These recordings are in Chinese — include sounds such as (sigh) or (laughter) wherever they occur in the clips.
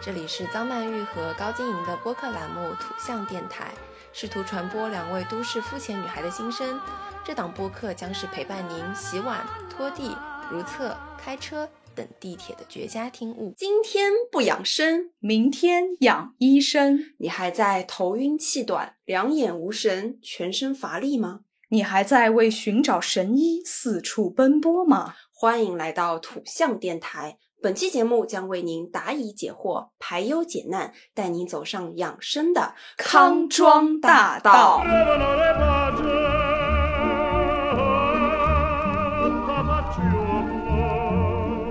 这里是张曼玉和高晶莹的播客栏目《土象电台》，试图传播两位都市肤浅女孩的心声。这档播客将是陪伴您洗碗、拖地、如厕、开车等地铁的绝佳听物。今天不养生，明天养医生，你还在头晕气短、两眼无神、全身乏力吗？你还在为寻找神医四处奔波吗？欢迎来到土象电台。本期节目将为您答疑解惑、排忧解难，带您走上养生的康庄大道。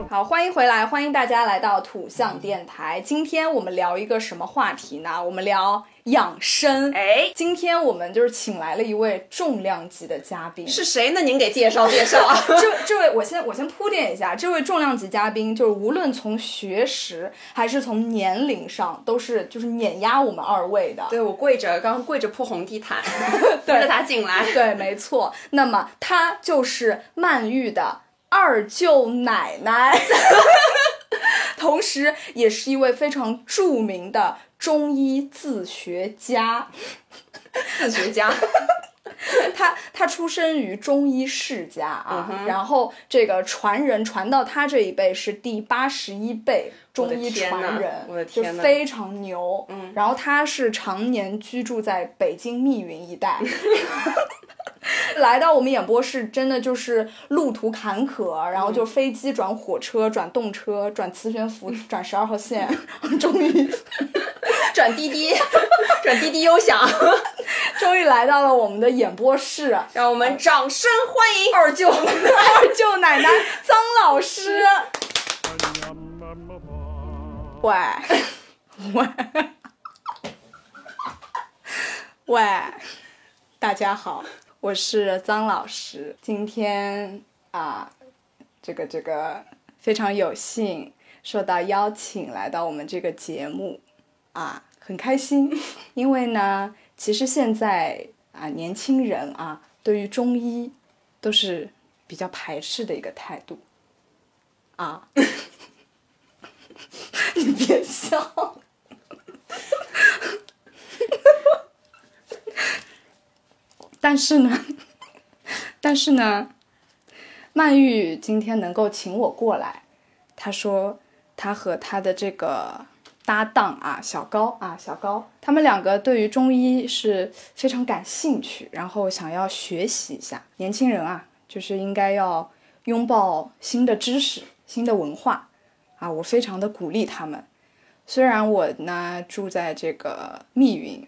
好，欢迎回来，欢迎大家来到土象电台。今天我们聊一个什么话题呢？我们聊养生。哎，今天我们就是请来了一位重量级的嘉宾，是谁呢？您给介绍介绍啊！这这位，我先我先铺垫一下，这位重量级嘉宾，就是无论从学识还是从年龄上，都是就是碾压我们二位的。 (laughs) 对我跪着，刚刚跪着铺红地 (laughs) 毯，扶对着他进来。对，没错。那么她就是曼玉的二舅奶奶， (laughs) 同时也是一位非常著名的中医自学家。自学家，他他出生于中医世家啊，嗯哼然后这个传人传到他这一辈是第八十一辈我的中医天传呐人，我的就天呐非常牛。嗯然后他是常年居住在北京密云一 (laughs) 带。来到我们演播室，真的就是路途坎坷，然后嗯就飞机转火车，转动车，转磁悬 (laughs) 浮，转十二号线， (laughs) 终于 (laughs) 转滴 (laughs) 滴，转滴滴优享，终于来到了我们的演播室。啊让我们掌声欢迎二 (laughs) 舅。二舅奶奶张老师。喂，喂，喂，大家好，我是张老师。今天啊，这个这个非常有幸受到邀请来到我们这个节目，啊，很开心，因为呢，其实现在啊，年轻人啊，对于中医都是比较排斥的一个态度，啊， (laughs) 你别笑，但是呢，但是呢，曼玉今天能够请我过来，她说她和她的这个搭档啊，小高啊，小高，他们两个对于中医是非常感兴趣，然后想要学习一下。年轻人啊，就是应该要拥抱新的知识、新的文化啊，我非常的鼓励他们。虽然我呢住在这个密云，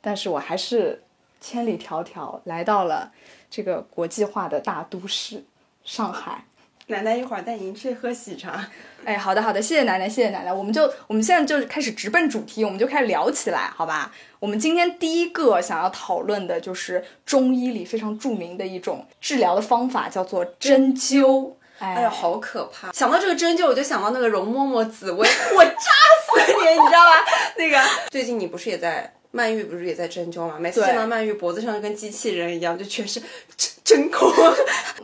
但是我还是千里迢迢来到了这个国际化的大都市上海。奶奶一会儿带您去喝喜茶。哎，好的好的，谢谢奶奶，谢谢奶奶。我们就我们现在就是开始直奔主题，我们就开始聊起来，好吧？我们今天第一个想要讨论的就是中医里非常著名的一种治疗的方法，叫做针灸。哎哎呀，好可怕！想到这个针灸，我就想到那个容嬷嬷、紫薇， (laughs) 我扎死你，你知道吧？ (laughs) 那个最近你不是也在曼玉，不是也在针灸吗？每次对见到曼玉，脖子上就跟机器人一样，就全是针针孔。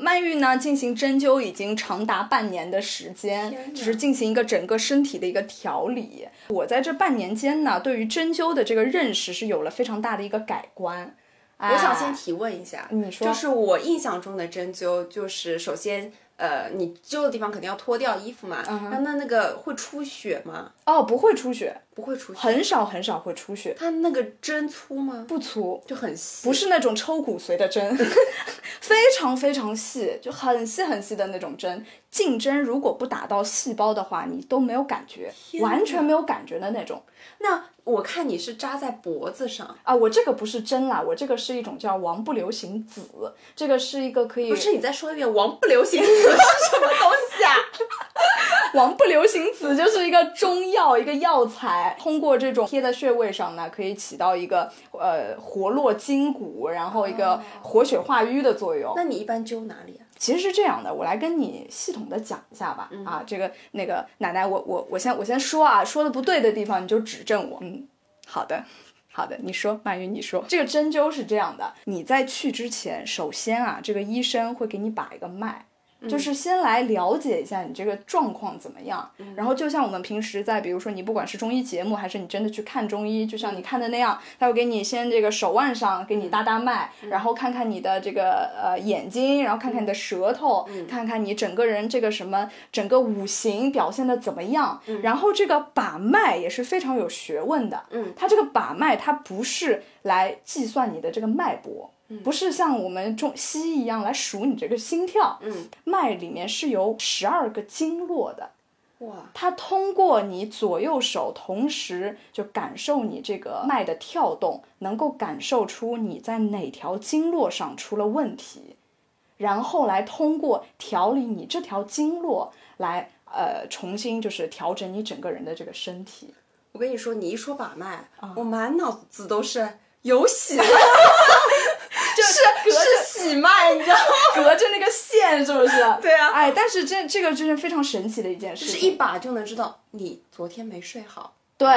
曼玉呢进行针灸已经长达半年的时间天，哪就是进行一个整个身体的一个调理。我在这半年间呢，对于针灸的这个认识是有了非常大的一个改观。我想先哎提问一下，你说就是我印象中的针灸，就是首先。呃，你灸的地方肯定要脱掉衣服嘛，那、那那个会出血吗？嗯哦，不会出血，不会出血。很少很少会出血，它那个针粗吗？不粗，就很细。不是那种抽骨髓的针， (laughs) 非常非常细，就很细很细的那种针。进针如果不打到细胞的话，你都没有感觉，哪完全没有感觉的那种。那我看你是扎在脖子上，哦啊，我这个不是针啦，我这个是一种叫王不留行子，这个是一个可以不是你再说一遍“王不留行 (laughs) 子”是什么东西啊？王不留行子就是一个中药，一个药材，通过这种贴在穴位上呢，可以起到一个呃活络筋骨，然后一哦个活血化瘀的作用。那你一般灸哪里啊？其实是这样的，我来跟你系统的讲一下吧。啊，这个那个奶奶，我我我先我先说啊，说的不对的地方你就指正我。嗯，好的。好的，你说，曼云，你说，这个针灸是这样的，你在去之前，首先啊，这个医生会给你把一个脉，就是先来了解一下你这个状况怎么样。然后就像我们平时在，比如说你不管是中医节目，还是你真的去看中医，就像你看的那样，他会给你先这个手腕上给你搭搭脉，然后看看你的这个呃眼睛，然后看看你的舌头，看看你整个人这个什么整个五行表现的怎么样。然后这个把脉也是非常有学问的，嗯，它这个把脉它不是来计算你的这个脉搏。不是像我们中西医一样来数你这个心跳，嗯，脉里面是有十二个经络的，哇，它通过你左右手同时就感受你这个脉的跳动，能够感受出你在哪条经络上出了问题，然后来通过调理你这条经络来呃重新就是调整你整个人的这个身体。 (laughs) 我跟你说，你一说把脉，哦我满脑子都是有 (laughs) 喜，就是隔着是喜脉，你知道吗？隔着那个线是不是？对啊哎，但是这这个就是非常神奇的一件事就情，是一把就能知道你昨天没睡好。对，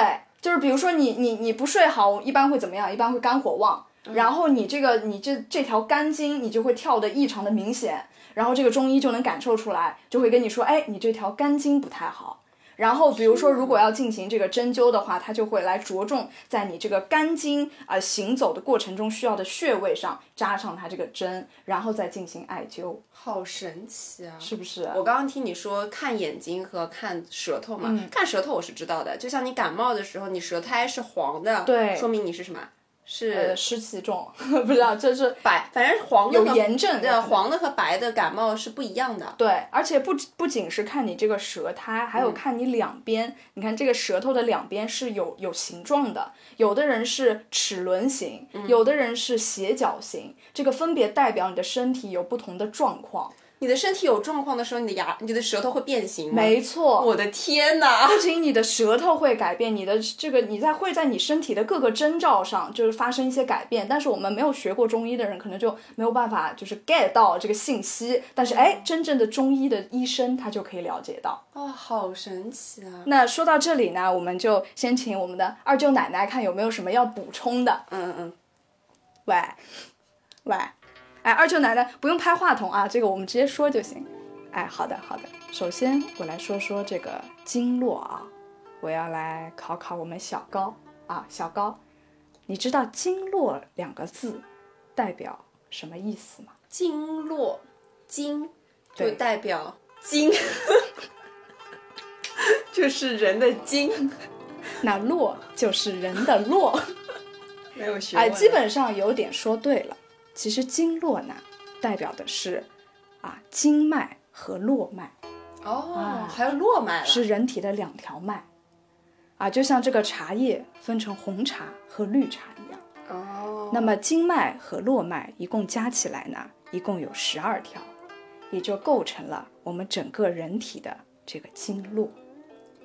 就是比如说你你你不睡好，一般会怎么样？一般会肝火旺，然后你这个你这这条肝经你就会跳的异常的明显，然后这个中医就能感受出来，就会跟你说，哎，你这条肝经不太好。然后，比如说，如果要进行这个针灸的话，它就会来着重在你这个肝经啊、呃行走的过程中需要的穴位上扎上它这个针，然后再进行艾灸，好神奇啊！是不是？我刚刚听你说看眼睛和看舌头嘛，嗯看舌头我是知道的，就像你感冒的时候，你舌苔是黄的，对说明你是什么？呃，是湿气重， (laughs) 不知道这是白，反正黄的和有炎症对，黄的和白的感冒是不一样的。对，而且不只不仅是看你这个舌苔，还嗯有看你两边。你看这个舌头的两边是有有形状的，有的人是齿轮形，嗯有的人是斜角形，这个分别代表你的身体有不同的状况。你的身体有状况的时候，你的牙、你的舌头会变形吗？没错，我的天哪！不仅你的舌头会改变，你的这个你在会在你身体的各个征兆上就是发生一些改变，但是我们没有学过中医的人可能就没有办法就是 get 到这个信息，但是嗯哎，真正的中医的医生他就可以了解到。哦，好神奇啊！那说到这里呢，我们就先请我们的二舅奶奶看有没有什么要补充的。嗯嗯，喂，喂，哎，二舅奶奶不用拍话筒啊，这个我们直接说就行。哎，好的好的。首先我来说说这个经络啊，我要来考考我们小高啊，小高，你知道“经络”两个字代表什么意思吗？经络，经就对代表经， (laughs) 就是人的经，那“络”就是人的“络”。没有学哎，问基本上有点说对了。其实经络呢，代表的是啊经脉和络脉，哦啊，还有络脉了，是人体的两条脉。啊，就像这个茶叶分成红茶和绿茶一样。哦，那么经脉和络脉一共加起来呢，一共有十二条，也就构成了我们整个人体的这个经络。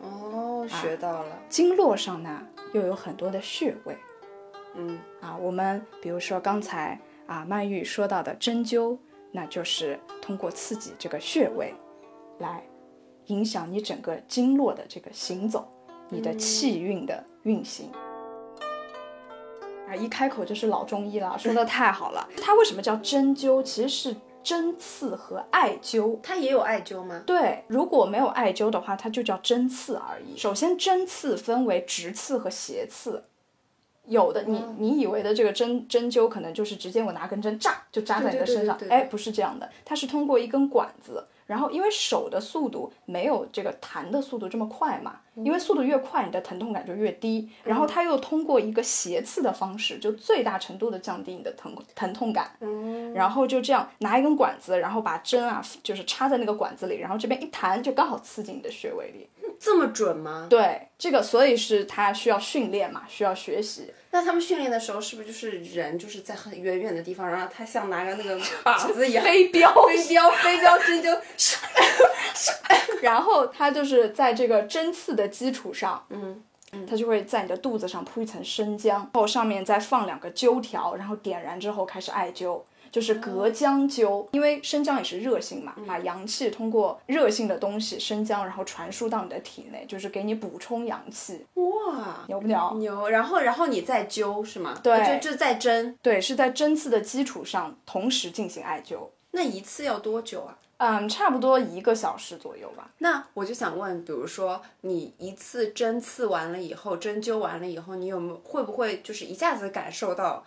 哦，学到了，经络上呢，又有很多的穴位。嗯，啊，我们比如说刚才啊曼玉说到的针灸，那就是通过刺激这个穴位，来影响你整个经络的这个行走，你的气运的运行。啊，一开口就是老中医了，说的太好了。它为什么叫针灸？其实是针刺和艾灸。它也有艾灸吗？对，如果没有艾灸的话，它就叫针刺而已。首先，针刺分为直刺和斜刺。有的，嗯你你以为的这个针针灸，可能就是直接我拿根针扎就扎在你的身上对对对对，对哎，不是这样的，它是通过一根管子，然后因为手的速度没有这个弹的速度这么快嘛，因为速度越快，你的疼痛感就越嗯低，然后它又通过一个斜刺的方式，就最大程度的降低你的疼疼痛感，嗯然后就这样拿一根管子，然后把针啊，就是插在那个管子里，然后这边一弹，就刚好刺进你的穴位里。这么准吗？对，这个所以是它需要训练嘛，需要学 (laughs) 习。那他们训练的时候是不是就是人就是在很远远的地方，然后他像拿个那个靶子一样飞镖，飞镖飞镖针灸，然后它就是在这个针刺的基础上，嗯。它就会在你的肚子上铺一层生姜，然后上面再放两个灸条，然后点燃之后开始艾灸，就是隔姜灸。因为生姜也是热性嘛，把阳气通过热性的东西生姜，然后传输到你的体内，就是给你补充阳气，哇，牛不牛？牛！然后然后你再灸是吗？对就就再针。对，是在针刺的基础上同时进行艾灸。那一次要多久啊？嗯，差不多一个小时左右吧。那我就想问，比如说你一次针刺完了以后，针灸完了以后，你有没有会不会就是一下子感受到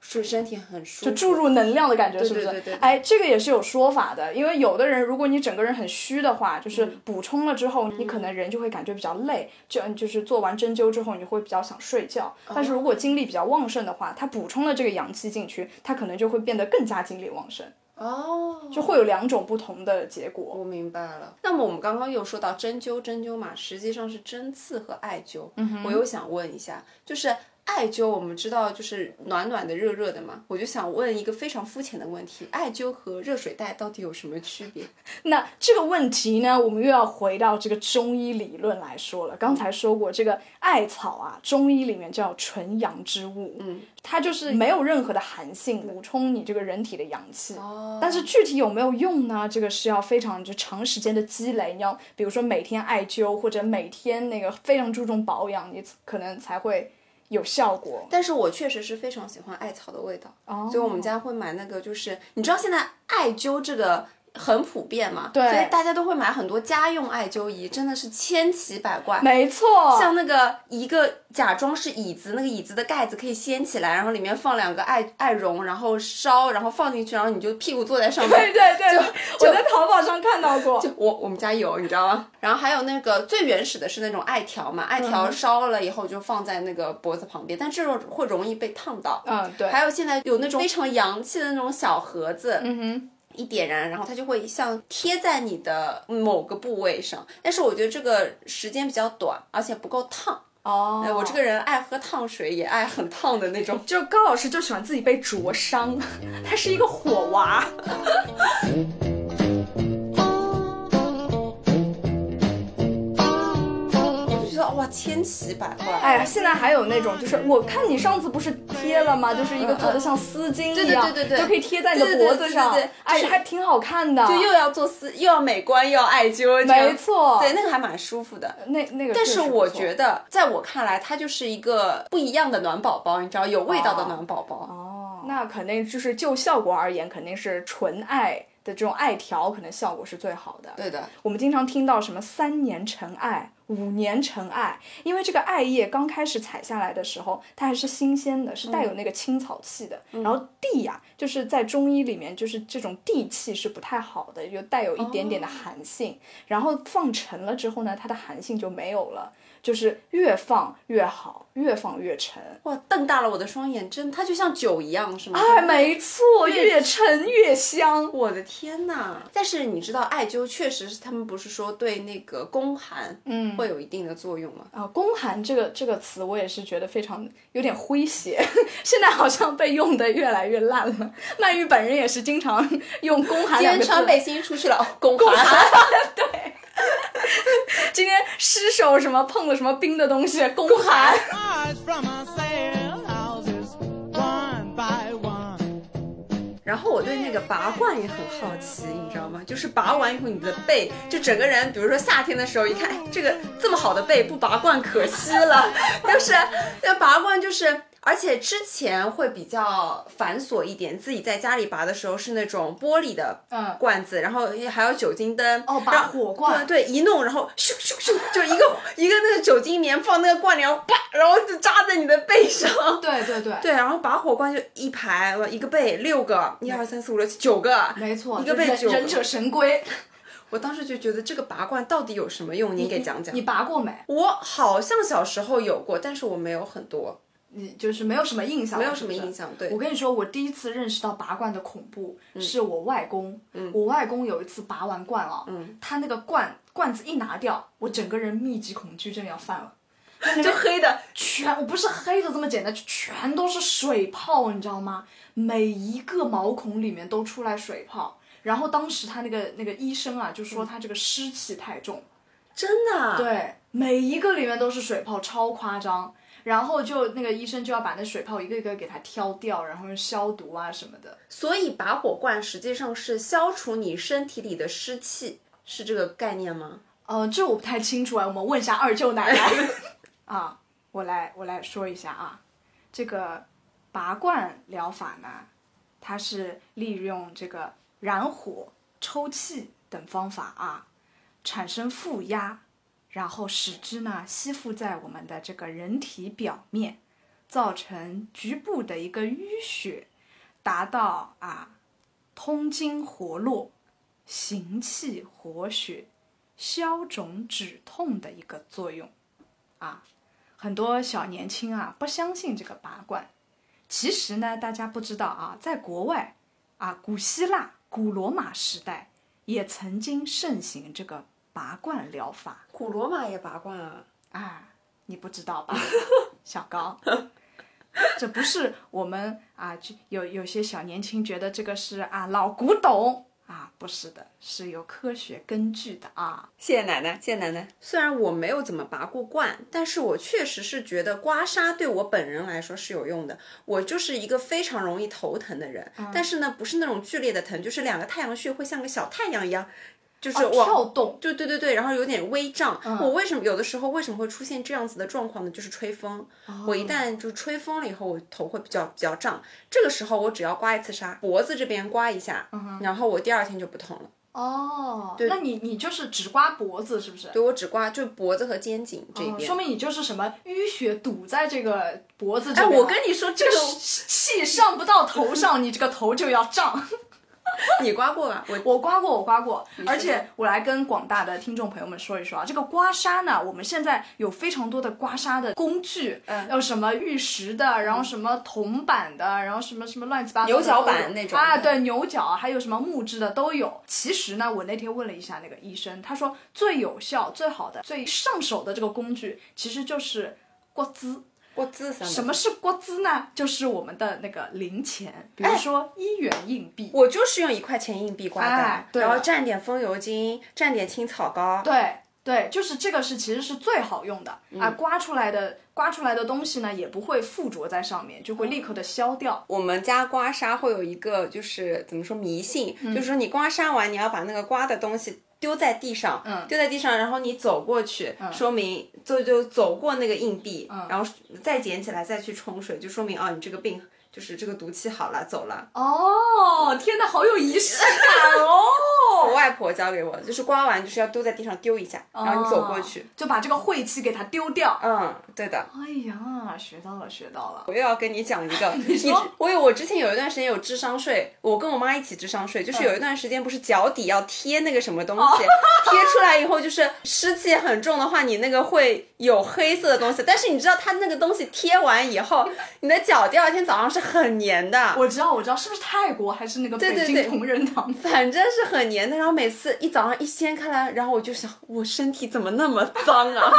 是身体很舒服？就注入能量的感觉，是不是？对对对对哎，这个也是有说法的，因为有的人，如果你整个人很虚的话，就是嗯补充了之后，你可能人就会感觉比较累，就就是做完针灸之后，你会比较想睡觉。嗯但是如果精力比较旺盛的话，它补充了这个阳气进去，它可能就会变得更加精力旺盛，哦，就会有两种不同的结果。我明白了。那么我们刚刚又说到针灸，针灸嘛，实际上是针刺和艾灸。嗯、我又想问一下，就是艾灸，我们知道就是暖暖的、热热的嘛，我就想问一个非常肤浅的问题：艾灸和热水袋到底有什么区别？那这个问题呢，我们又要回到这个中医理论来说了。刚才说过，这个艾草啊，中医里面叫纯阳之物，嗯，它就是没有任何的寒性，补充你这个人体的阳气。哦但是具体有没有用呢？这个是要非常就长时间的积累，你要比如说每天艾灸，或者每天那个非常注重保养，你可能才会有效果。但是我确实是非常喜欢艾草的味道，哦所以我们家会买那个，就是你知道现在艾灸这个很普遍嘛，对所以大家都会买很多家用艾灸仪，真的是千奇百怪。没错，像那个一个假装是椅子，那个椅子的盖子可以掀起来，然后里面放两个艾艾绒，然后烧，然后放进去，然后你就屁股坐在上对。面对对，我在淘宝上看到过，就我我们家有，你知道吗？然后还有那个最原始的是那种艾条嘛，艾嗯条烧了以后就放在那个脖子旁边，但这种会容易被烫到。嗯，对，还有现在有那种非常洋气的那种小盒子，嗯哼，一点燃，然后它就会像贴在你的某个部位上。但是我觉得这个时间比较短，而且不够烫。哦哎，我这个人爱喝烫水，也爱很烫的那种。就高老师就喜欢自己被灼伤，嗯他是一个火娃。我就觉得哇，千奇百怪。哎呀，现在还有那种，就是我看你上次不是贴了吗？就是一个做的像丝巾一样，嗯对对对对对就可以贴在你的脖子上，对对对对对哎，就是还挺好看的。就又要做丝，又要美观，又要艾灸，这样啊没。错，对，那个还蛮舒服的。那那个确但实是不错，我觉得，在我看来，它就是一个不一样的暖宝宝，你知道，有味道的哦暖宝宝。哦，那肯定就是就效果而言，肯定是纯艾的这种艾条，可能效果是最好的。对的，我们经常听到什么三年成艾、五年成艾，因为这个艾叶刚开始采下来的时候，它还是新鲜的，是带有那个青草气的。然后地呀、就是在中医里面，就是这种地气是不太好的，就带有一点点的寒性。然后放沉了之后呢，它的寒性就没有了，就是越放越好，越放越沉。哇，瞪大了我的双眼，真，它就像酒一样，是吗？哎，没错，越沉越香。我的天呐！但是你知道艾灸确实是他们不是说对那个宫寒，嗯，会有一定的作用吗？啊，宫寒这个这个词，我也是觉得非常有点诙谐， (laughs) 现在好像被用的越来越烂了。曼玉本人也是经常用宫寒今两天个字穿，背心出去了，哦宫寒。今天失手什么碰了什么冰的东西，宫寒。 eyes from our sail houses, one by one. 然后我对那个拔罐也很好奇，你知道吗？就是拔完以后，你的背就整个人，比如说夏天的时候，一看哎这个这么好的背不拔罐可惜了。但是那拔罐就是。而且之前会比较繁琐一点，自己在家里拔的时候是那种玻璃的嗯罐子，然后还有酒精灯，哦拔然后火罐对对，一弄然后咻咻咻，就一个一个那个酒精棉放那个罐里，然后啪，然后就扎在你的背上，对对对，对，然后拔火罐就一排，呃一个背六个，一二三四五六七九个，一个背九个。神龟。我当时就觉得这个拔罐到底有什么用？您给 (laughs) 讲讲。拔过没？我好像小时候有过，但是我没有很多。你就是没有什么印象，没有什么是不是印象对嗯我跟你说，我第一次认识到拔罐的恐怖，是我外公。我外公有一次拔完罐啊，嗯他那个罐罐子一拿掉，我整个人密集恐惧症要犯了。就黑的，全我不是黑的这么简单，就全都是水泡，你知道吗？每一个毛孔里面都出来水泡。然后当时他那个那个医生啊，就说他这个湿气太重，真的啊。对，每一个里面都是水泡，超夸张。然后就那个医生就要把那水泡一个一个给它挑掉，然后用消毒啊什么的。所以拔火罐实际上是消除你身体里的湿气，是这个概念吗？呃，这我不太清楚啊，我们问一下二舅奶奶。 (laughs) 啊，我来我来说一下啊，这个拔罐疗法呢，它是利用这个燃火抽气等方法啊，产生负压，然后使之呢吸附在我们的这个人体表面，造成局部的一个淤血，达到啊通经活络、行气活血、消肿止痛的一个作用啊。很多小年轻啊不相信这个拔罐，其实呢大家不知道啊，在国外啊古希腊、古罗马时代也曾经盛行这个拔罐疗法。古罗马也拔罐啊？啊，你不知道吧， (laughs) 小高？这不是我们啊，就有有些小年轻觉得这个是啊老古董啊，不是的，是有科学根据的啊。谢谢奶奶，谢谢奶奶。虽然我没有怎么拔过罐，但是我确实是觉得刮痧对我本人来说是有用的。我就是一个非常容易头疼的人，嗯但是呢，不是那种剧烈的疼，就是两个太阳穴会像个小太阳一样，哦就是往、跳动就对对对，然后有点微胀。嗯我为什么有的时候为什么会出现这样子的状况呢？就是吹风，哦我一旦就吹风了以后，我头会比较比较胀。这个时候我只要刮一次痧，脖子这边刮一下，嗯然后我第二天就不痛了。哦，那你你就是只刮脖子是不是？对我只刮就脖子和肩颈这哦一边。说明你就是什么淤血堵在这个脖子这哎，边了我跟你说，这 (laughs) 个气上不到头上，你这个头就要胀。你刮过吧？我我刮过，我刮过，而且我来跟广大的听众朋友们说一说啊，这个刮痧呢，我们现在有非常多的刮痧的工具，嗯，有什么玉石的，然后什么铜板的，然后什么什么乱七八糟的牛角都有板那种啊，的对，牛角，还有什么木质的都有。其实呢，我那天问了一下那个医生，他说最有效、最好的、最上手的这个工具，其实就是刮滋。我自什什么？是刮滋呢？就是我们的那个零钱，比如哎说一元硬币，我就是用一块钱硬币刮的，哎对了然后蘸点风油精，蘸点青草膏。对对，就是这个是其实是最好用的、啊，刮出来的刮出来的东西呢，也不会附着在上面，就会立刻的消掉。我们家刮痧会有一个就是怎么说迷信，就是说你刮痧完，你要把那个刮的东西。丢在地上，丢在地上，然后你走过去，说明就就走过那个硬币，然后再捡起来，再去冲水，就说明啊，你这个病就是这个毒气好了，走了。哦，天哪，好有仪式感哦！我外婆教给我的，就是刮完就是要丢在地上丢一下，然后你走过去。哦就把这个晦气给它丢掉。嗯，对的。哎呀，学到了，学到了我。又要跟你讲一个，你说知我有我之前有一段时间有智商税，我跟我妈一起智商税，就是有一段时间不是脚底要贴那个什么东西，贴出来以后就是湿气很重的话，你那个会有黑色的东西，但是你知道它那个东西贴完以后，你的脚第二天早上是很黏的，我知道，我知道，是不是泰国还是那个对北对京对同仁堂？反正是很黏的。然后每次一早上一掀开来，然后我就想，我身体怎么那么脏啊？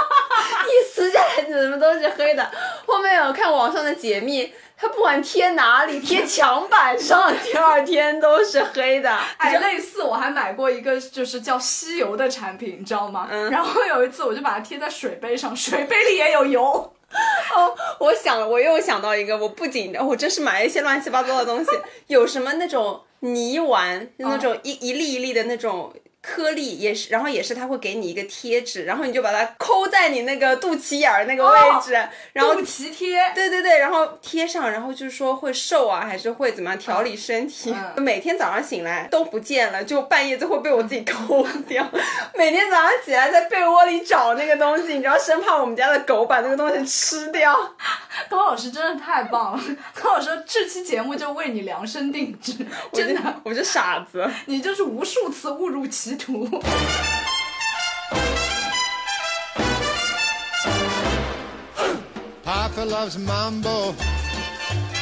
一撕下来怎么都是黑的。后面有看网上的解密，它不管贴哪里，贴墙板上，第二天都是黑的。哎，类似我还买过一个，就是叫吸油的产品，你知道吗？然后有一次我就把它贴在水杯上，水杯里也有油。我想，我又想到一个，我不仅我真是买了一些乱七八糟的东西，有什么那种泥丸，那种一、一粒一粒的那种。颗粒也是，然后也是，它会给你一个贴纸，然后你就把它抠在你那个肚脐眼儿那个位置，然后肚脐贴，对对对，然后贴上，然后就是说会瘦啊，还是会怎么样调理身体？嗯每天早上醒来都不见了，就半夜就会被我自己抠掉。每天早上起来在被窝里找那个东西，你知道，生怕我们家的狗把那个东西吃掉。高老师真的太棒了！高老师这期节目就为你量身定制，真我就的，，我就傻子。你就是无数次误入歧途。 Papa loves mambo.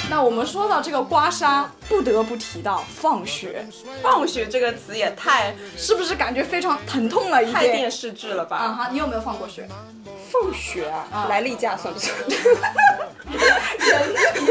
那我们说到这个刮痧，不得不提到放血，放血这个词也太是不是感觉非常疼痛了一太电点？视剧了啊吧？哈，你有没有放过血？嗯 (laughs) 放血啊，来例假算不 (laughs) 算？人体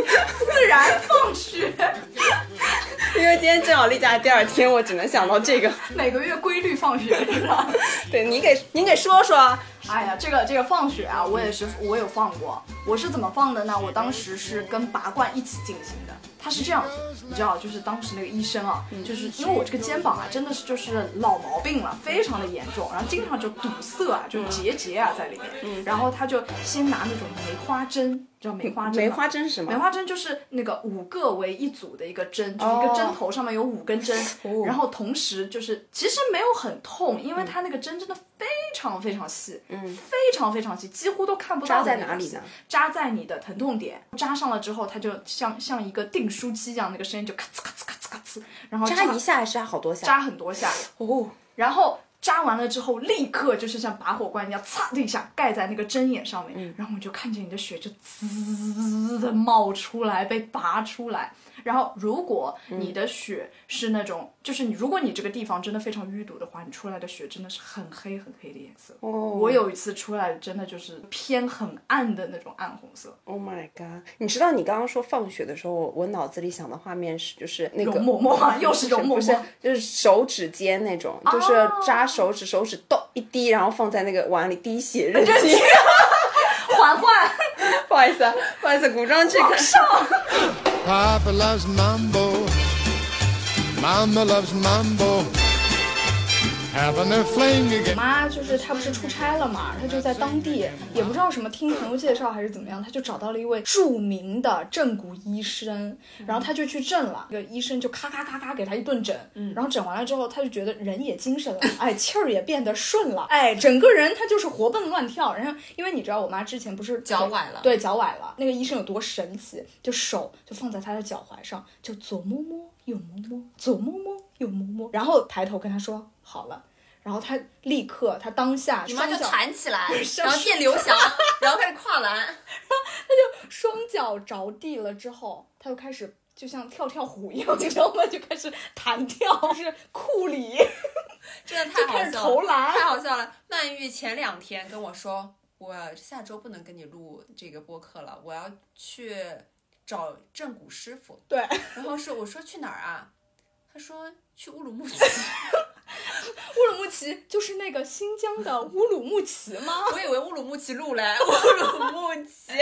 自然放血， (laughs) (laughs) 因为今天正好例假第二天，我只能想到这个。每个月规律放血是吧？对你给您给说说， (laughs) 哎呀，这个这个放血啊，我也是我有放过。我是怎么放的呢？我当时是跟拔罐一起进行的。它是这样子，你知道，就是当时那个医生啊，嗯就是因为我这个肩膀啊，真的是就是老毛病了，非常的严重，然后经嗯常就堵塞啊，就结节啊在里面。然后他就先拿那种梅花针。知道梅花针梅吗花针是什么？梅花针就是那个五个为一组的一个针，就是一个哦针头上面有五根针，然后同时就是其实没有很痛，因为嗯它那个针真的非常非常细，嗯，非常非常细，几乎都看不到扎在那个哪里细呢？扎在你的疼痛点，扎上了之后，它就像像一个订书机一样，那个声音就咔呲咔呲咔呲咔呲，然后扎一下还是扎好多下？扎很多下，哦，然后扎完了之后，立刻就是像拔火罐一样，擦的一下盖在那个针眼上面，然后我就看见你的血就滋的冒出来，被拔出来。然后，如果你的血是那种，就是你，如果你这个地方真的非常淤堵的话，你出来的血真的是很黑很黑的颜色。哦，我有一次出来真的就是偏很暗的那种暗红色， Oh my god！你知道你刚刚说放血的时候，我脑子里想的画面是就是那个容嬷嬷嘛，又是容嬷不是嬷，哦就是手指尖那种，就是扎手指，手指咚一滴，然后放在那个碗里滴血哎认亲。嬛嬛。不好意思，啊，不好意思，古装剧看。 Papa loves mambo. Mama loves mambo. Having a fling again. 我妈就是她不是出差了嘛，她就在当地，也不知道什么听朋友介绍还是怎么样，她就找到了一位著名的正骨医生，然后她就去诊了，那个医生就咔咔咔咔给她一顿诊，嗯然后诊完了之后，她就觉得人也精神了，哎，气儿也变得顺了，哎，整个人她就是活蹦乱跳。然后因为你知道我妈之前不是脚崴了对，脚崴了，那个医生有多神奇，就手就放在她的脚踝上，就左摸摸右摸摸，左摸摸右摸摸，然后抬头跟她说好了。然后他立刻，他当下你 (laughs) 妈双就脚弹起来，双然后变刘翔，然后开始跨栏。双脚着地了之后，他就开始就像跳跳虎一样，你 (laughs) 知道吗？就开始弹跳，就是库里真的就太好开始笑投了，篮。太好笑了。曼玉前两天跟我说，我下周不能跟你录这个播客了，我要去找正骨师傅。对，然后是我说去哪儿啊？他说去乌鲁木 (laughs) 齐。乌鲁木齐就是那个新疆的乌鲁木齐吗？我以为乌鲁木齐路嘞，乌鲁木齐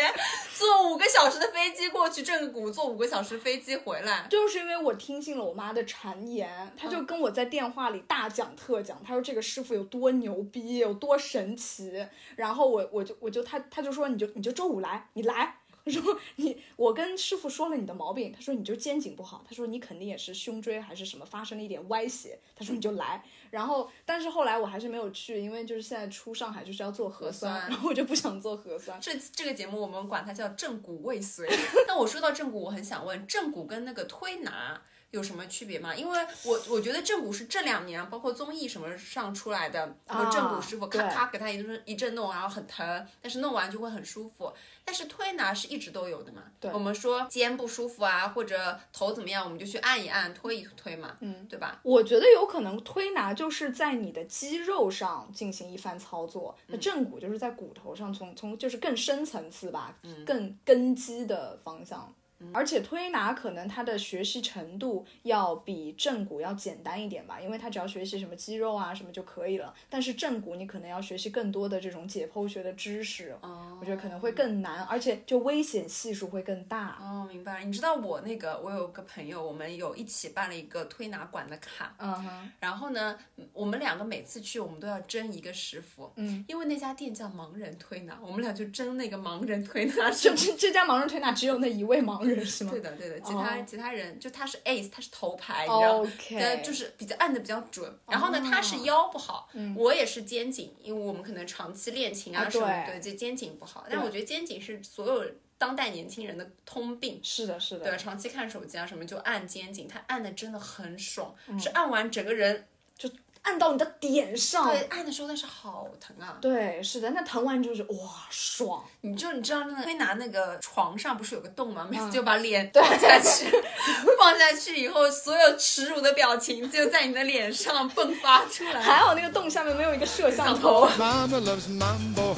坐五个小时的飞机过去正骨，坐五个小时飞机回来。就是因为我听信了我妈的谗言，她嗯就跟我在电话里大讲特讲，她说这个师傅有多牛逼，有多神奇。然后我我就我就她她就说你就你就周五来，你来。 (laughs) 她说你，我跟师傅说了你的毛病，她说你就肩颈不好，她说你肯定也是胸椎还是什么发生了一点歪斜，她说你就来。然后但是后来我还是没有去，因为就是现在出上海就是要做核酸，核酸然后我就不想做核酸。这这个节目我们管它叫正骨 (laughs) 未遂。那我说到正骨，我很想问，正骨跟那个推拿有什么区别吗？因为我我觉得正骨是这两年包括综艺什么上出来的，然后正骨师傅咔啊对咔给他一顿一阵弄，然后很疼，但是弄完就会很舒服。但是推拿是一直都有的嘛？对我们说肩不舒服啊，或者头怎么样，我们就去按一按，推一推嘛，嗯，对吧？我觉得有可能推拿就是在你的肌肉上进行一番操作，嗯那正骨就是在骨头上从，从就是更深层次吧，嗯更根基的方向。而且推拿可能它的学习程度要比正骨要简单一点吧，因为它只要学习什么肌肉啊什么就可以了。但是正骨你可能要学习更多的这种解剖学的知识，哦我觉得可能会更难，而且就危险系数会更大。哦，明白了。你知道我那个，我有个朋友，我们有一起办了一个推拿馆的卡，嗯哼，然后呢，我们两个每次去，我们都要争一个师傅，嗯，因为那家店叫盲人推拿，我们俩就争那个盲人推 (laughs) 拿师 (laughs) 这傅。这这家盲人推拿只有那一位盲人是吗？对的，对的，其他、其他人就他是 ace，他是头牌，你知道吗哦 OK，哦呃，就是比较按的比较准。然后呢，他是腰不好，我也是肩颈，因为我们可能长期练琴啊嗯啊什么的，对就肩颈不好。但我觉得肩颈是所有当代年轻人的通病。是的，是的，对，长期看手机啊什么就按肩颈，他按的真的很爽，嗯是按完整个人，按到你的点上。对，按的时候但是好疼啊。对是的，那疼完就是哇爽，你就你知道那个推拿那个床上不是有个洞吗？每嗯次就把脸放 (laughs) 下去，放下去以后，所有耻辱的表情就在你的脸上迸发出来。还好那个洞下面没有一个摄像 (laughs) 头。 Mama loves mambo.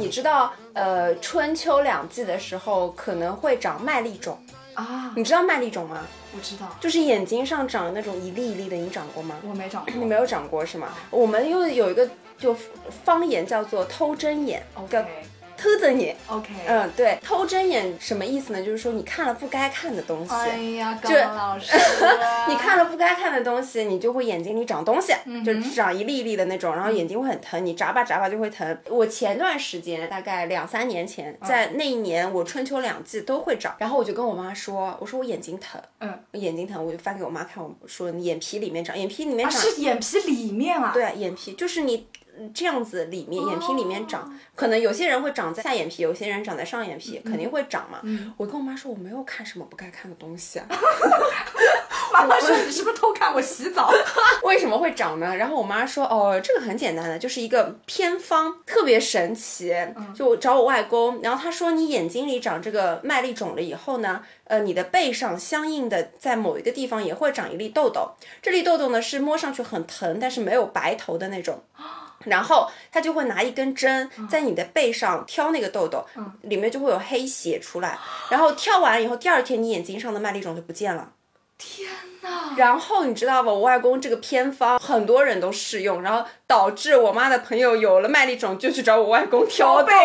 你知道，呃，春秋两季的时候可能会长麦粒肿啊？你知道麦粒肿吗？我知道，就是眼睛上长那种一粒一粒的，你长过吗？我没长你过。没有长过是吗？我们又有一个就方言叫做偷针眼，叫偷着你。 OK，、嗯，对，偷睁眼什么意思呢？就是说你看了不该看的东西。哎呀，高就老师啊 (laughs) ，你看了不该看的东西，你就会眼睛里长东西，嗯就是长一粒一粒的那种，然后眼睛会很疼，你眨巴眨巴就会疼。我前段时间，大概两三年前，嗯在那一年我春秋两季都会长，然后我就跟我妈说，我说我眼睛疼，嗯，眼睛疼，我就翻给我妈看，我说你眼皮里面长，眼皮里面啊长，是眼皮里面啊，，对，眼皮就是你。嗯这样子里面眼皮里面长，可能有些人会长在下眼皮，有些人长在上眼皮，肯定会长嘛。我跟我妈说我没有看什么不该看的东西、啊，妈妈说你是不是偷看我洗澡？ (laughs) 为什么会长呢？然后我妈说，哦，这个很简单的，就是一个偏方，特别神奇。就找我外公，然后他说，你眼睛里长这个麦粒肿了以后呢，呃，你的背上相应的在某一个地方也会长一粒痘痘，这粒痘痘呢是摸上去很疼，但是没有白头的那种。然后他就会拿一根针在你的背上挑那个痘痘，里面就会有黑血出来。然后挑完以后，第二天你眼睛上的麦粒肿就不见了。然后你知道吧，我外公这个偏方很多人都适用，然后导致我妈的朋友有了麦粒肿就去找我外公挑痘。 (laughs)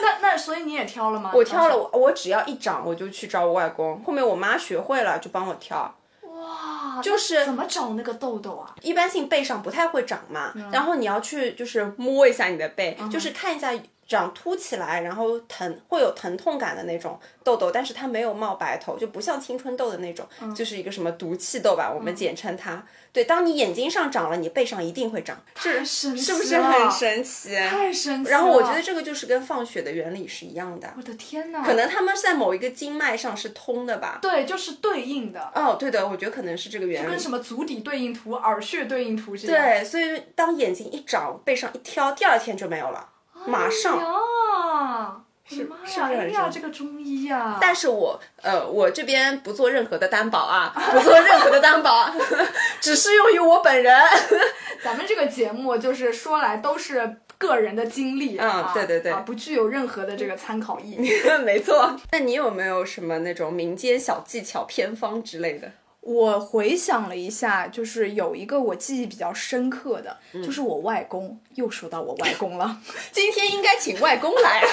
那那所以你也挑了吗？ (laughs) 我挑了，当时我我只要一长我就去找我外公，后面我妈学会了就帮我挑。哇，那就是怎么找那个痘痘啊？一般性背上不太会长嘛，然后你要去就是摸一下你的背，嗯就是看一下长凸起来，然后疼会有疼痛感的那种痘痘，但是它没有冒白头，就不像青春痘的那种，嗯就是一个什么毒气痘吧，我们简称它。对，当你眼睛上长了，你背上一定会长，是神是不奇是很了神奇？太神奇了！然后我觉得这个就是跟放血的原理是一样的我，的天哪，可能他们在某一个经脉上是通的吧。对，就是对应的，哦，对的，我觉得可能是这个原理。跟什么足底对应图、耳穴对应图这样。啊对，所以当眼睛一长，背上一挑，第二天就没有了，哦马上。呀，是我的妈是不呀！是很哎呀，神这个中医呀、但是我呃，我这边不做任何的担保啊，不做任何的担保， (laughs) 只适用于我本人。 (laughs) 咱们这个节目就是说来都是个人的经历，嗯啊、对对对啊，不具有任何的这个参考意义。没错。那你有没有什么那种民间小技巧、偏方之类的？我回想了一下，就是有一个我记忆比较深刻的，嗯就是我外公，又说到我外公了。 (laughs) 今天应该请外公来啊。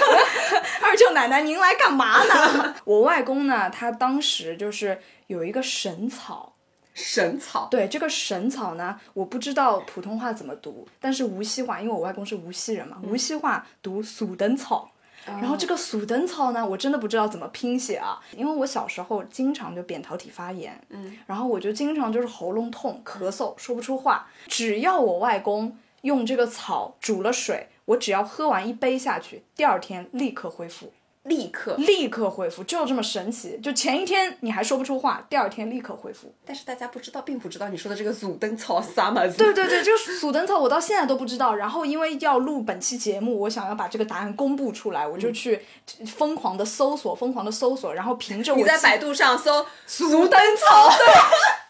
二舅奶奶，您来干嘛呢？ (laughs) 我外公呢，他当时就是有一个神草，神草，对这个神草呢，我不知道普通话怎么读，但是无锡话，因为我外公是无锡人嘛，嗯无锡话读蜀灯草。哦然后这个蜀灯草呢，我真的不知道怎么拼写啊，因为我小时候经常就扁桃体发炎，嗯，然后我就经常就是喉咙痛、咳嗽，说不出话。只要我外公用这个草煮了水，我只要喝完一杯下去，第二天立刻恢复。立刻。立刻恢复，就这么神奇。就前一天你还说不出话，第二天立刻恢复。但是大家不知道，并不知道你说的这个祖灯草啥嘛？对对对，这个 (laughs) 鼠灯草我到现在都不知道。然后因为要录本期节目，我想要把这个答案公布出来，我嗯就去疯狂的搜索，疯狂的搜索，然后凭着我你在记百度上搜俗灯草，对，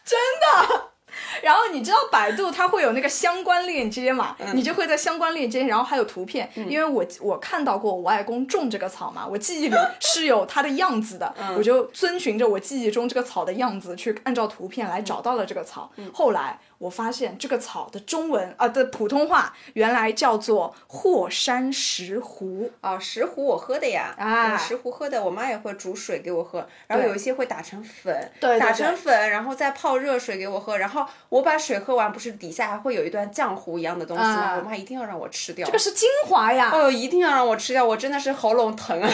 真的。然后你知道百度它会有那个相关链接嘛？你就会在相关链接，然后还有图片，因为我我看到过我外公种这个草嘛，我记忆里是有它的样子的，我就遵循着我记忆中这个草的样子去按照图片来找到了这个草。后来我发现这个草的中文啊的普通话原来叫做霍山石斛。啊，石斛我喝的呀，啊我石斛喝的，我妈也会煮水给我喝，然后对有一些会打成粉，对对打对成粉，然后再泡热水给我喝，然后我把水喝完，不是底下还会有一段浆糊一样的东西吗？啊我妈一定要让我吃掉，这个是精华呀，哦，一定要让我吃掉，我真的是喉咙疼啊，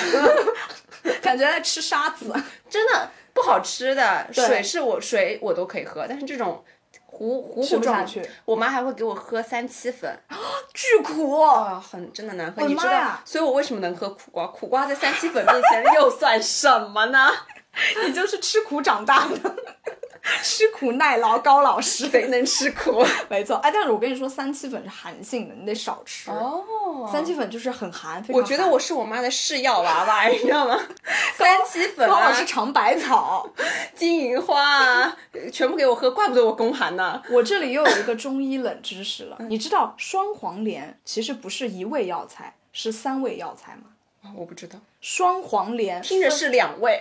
感觉在吃沙子。真的不好吃的，对水是我水我都可以喝，但是这种。糊糊吃糊不下状去，我妈还会给我喝三七粉，巨苦、哦啊，很真的难喝。我的你知妈道呀，所以我为什么能喝苦瓜？苦瓜在三七粉面前又算什么呢？你就是吃苦长大的， (laughs) 吃苦耐劳高老师，谁能吃苦？没错。哎，但是我跟你说，三七粉是寒性的，你得少吃。哦，三七粉就是很寒，非常我觉得寒我是我妈的试药娃 (laughs) 娃，你知道吗？三七粉高老啊，师尝百草。金银花啊，呃全部给我喝，怪不得我宫寒呢。我这里又有一个中医冷知识了，嗯你知道双黄连其实不是一味药材，是三味药材吗？我不知道，双黄连听着是两位，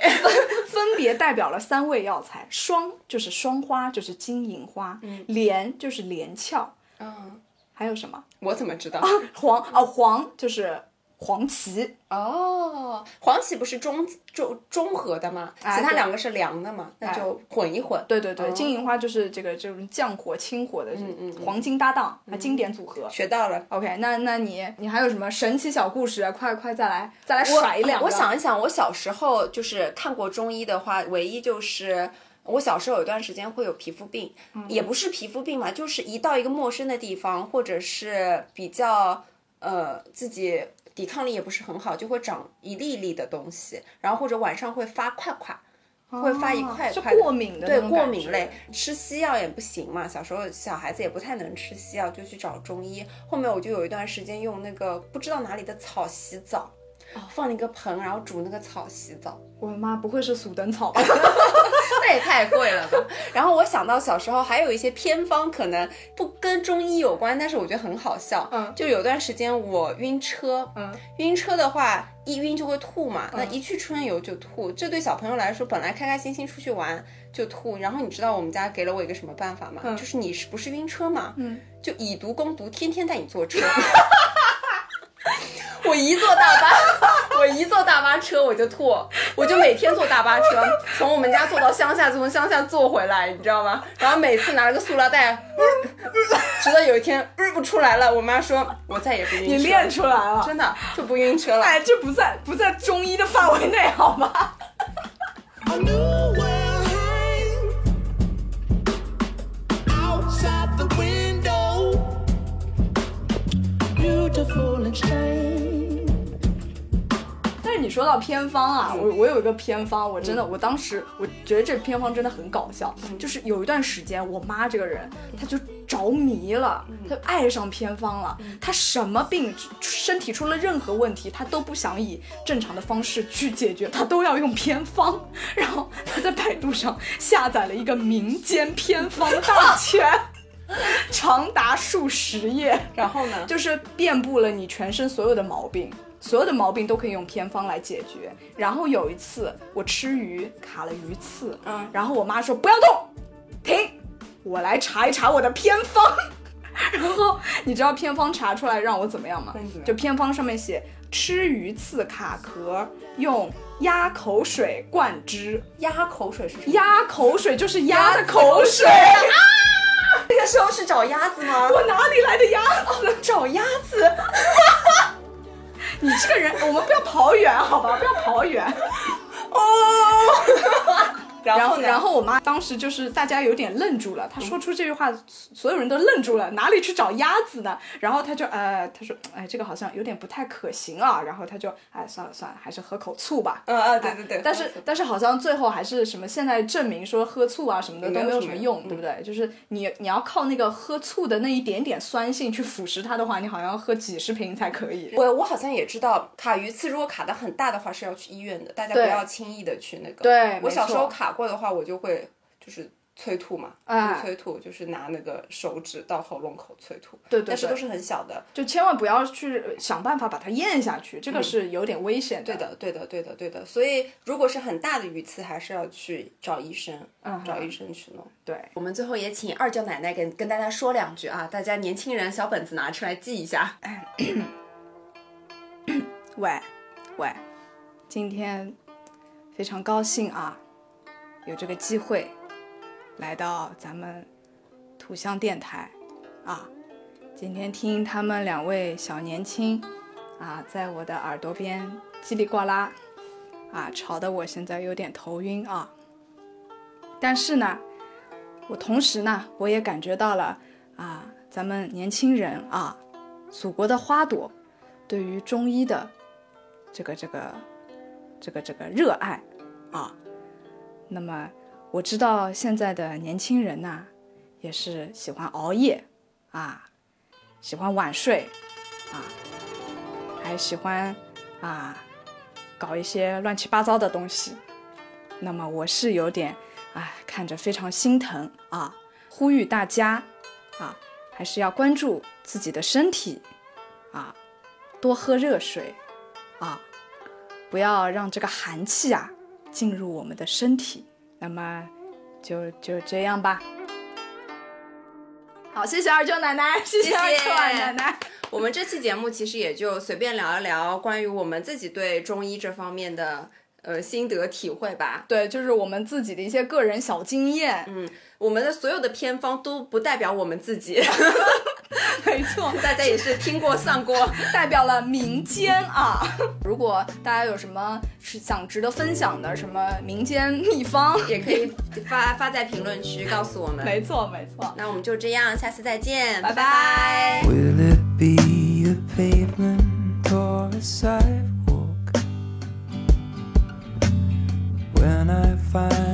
分别代表了三味药材，双就是双花，就是金银花；莲就是莲翘。嗯，还有什么？ (laughs) 我怎么知道？黄哦，黄就是黄芪，哦，啊黄芪不是中中中和的吗？哎其他两个是凉的嘛，那就混一混。对对对，金银花就是这个这种降火清火的嗯黄金搭档，啊，经典组合。学到了。 OK，那那你你还有什么神奇小故事啊？快快再来再来甩两个。我想一想，我小时候就是看过中医的话，唯一就是。我小时候有一段时间会有皮肤病，嗯也不是皮肤病吧，就是一到一个陌生的地方，或者是比较呃自己抵抗力也不是很好，就会长一粒一粒的东西，然后或者晚上会发块块，会发一块一哦是块的过敏的那对种过感敏觉类，吃西药也不行嘛。小时候小孩子也不太能吃西药，就去找中医。后面我就有一段时间用那个不知道哪里的草洗澡，哦放了一个盆，然后煮那个草洗澡，我的妈，不会是鼠灯草 (laughs) 吧？那也太贵了吧。然后我想到小时候还有一些偏方，可能不跟中医有关，但是我觉得很好笑。嗯就有段时间我晕车，嗯，晕车的话，一晕就会吐嘛，那一去春游就吐，这对小朋友来说，本来开开心心出去玩就吐，然后你知道我们家给了我一个什么办法吗？嗯就是你是不是晕车嘛，嗯，就以毒攻毒，天天带你坐车。 (laughs) 我一坐大巴，我一坐大巴车我就吐，我就每天坐大巴车，从我们家坐到乡下，从乡下坐回来，你知道吗？然后每次拿了个塑料袋，直到有一天日不出来了，我妈说，我再也不晕车你了。练出来 (laughs) 了，真的就不晕车了。哎，这不在不在中医的范围内，好吗？ I knew where to hang outside the window. Beautiful and strange. 但是你说到偏方啊，我我有一个偏方，我真的，我当时我觉得这偏方真的很搞笑，就是有一段时间，我妈这个人，她就着迷了，她爱上偏方了，她什么病，身体出了任何问题，她都不想以正常的方式去解决，她都要用偏方。然后她在百度上下载了一个民间偏方大全，长达数十页。然后呢？就是遍布了你全身所有的毛病，所有的毛病都可以用偏方来解决。然后有一次我吃鱼卡了鱼刺，嗯然后我妈说不要动，停，我来查一查我的偏方。 (laughs) 然后你知道偏方查出来让我怎么样吗那你怎么？样就偏方上面写吃鱼刺卡壳，用鸭口水灌汁。鸭口水是什么？鸭口水就是鸭的口水，那个时候是找鸭子 (laughs) 吗？我哪里来的鸭子？ (laughs) 找鸭子，你这个人，我们不要跑远，好吧？不要跑远。哦然然后，后然然后后我妈当时就是大家有点愣住了，她说出这句话，所有人都愣住了，哪里去找鸭子呢？然后她就呃，她说，哎，这个好像有点不太可行啊。然后她就，哎，算了算了，还是喝口醋吧。嗯嗯，对对对，但是但是好像最后还是什么，现在证明说喝醋啊什么的没都有没有什什么么用嗯用，对不对？就是你你要靠那个喝醋的那一点点酸性去腐蚀它的话，你好像要喝几十瓶才可以。我我好像也知道，卡鱼刺如果卡的很大的话是要去医院的，大家不对要轻易的去那个。对我没小时错候卡过的话，我就会就是催吐嘛，哎就是催吐，就是拿那个手指到喉咙口催吐。对对但是对都是很小的。就千万不要去呃想办法把它咽下去，这个是有点危险的。嗯对的，对的，对的，对的。所以如果是很大的鱼刺，还是要去找医生，嗯找医生去弄。对，我们最后也请二舅奶奶跟跟大家说两句啊，大家年轻人小本子拿出来记一下。喂，喂，今天非常高兴啊，有这个机会来到咱们土象电台啊，今天听他们两位小年轻啊，在我的耳朵边叽里呱啦啊，吵得我现在有点头晕啊。但是呢，我同时呢，我也感觉到了啊，咱们年轻人啊，祖国的花朵对于中医的这个这个这个这个热爱啊。那么我知道现在的年轻人呐、也是喜欢熬夜啊，喜欢晚睡啊，还喜欢啊搞一些乱七八糟的东西。那么我是有点哎，看着非常心疼啊，呼吁大家啊，还是要关注自己的身体啊，多喝热水啊，不要让这个寒气啊进入我们的身体。那么就就这样吧。好，谢谢二舅奶奶，谢谢二舅奶奶。我们这期节目其实也就随便聊一聊关于我们自己对中医这方面的呃心得体会吧。对，就是我们自己的一些个人小经验。嗯，我们的所有的偏方都不代表我们自己， (laughs) (laughs) 没错，大家也是听过上过。代表了民间啊。 (laughs) 如果大家有什么是想值得分享的什么民间秘方， (laughs) 也可以发发在评论区告诉我们。没错没错。那我们就这样，下次再见，拜拜拜 Will it be a pavement or a sidewalk? When I find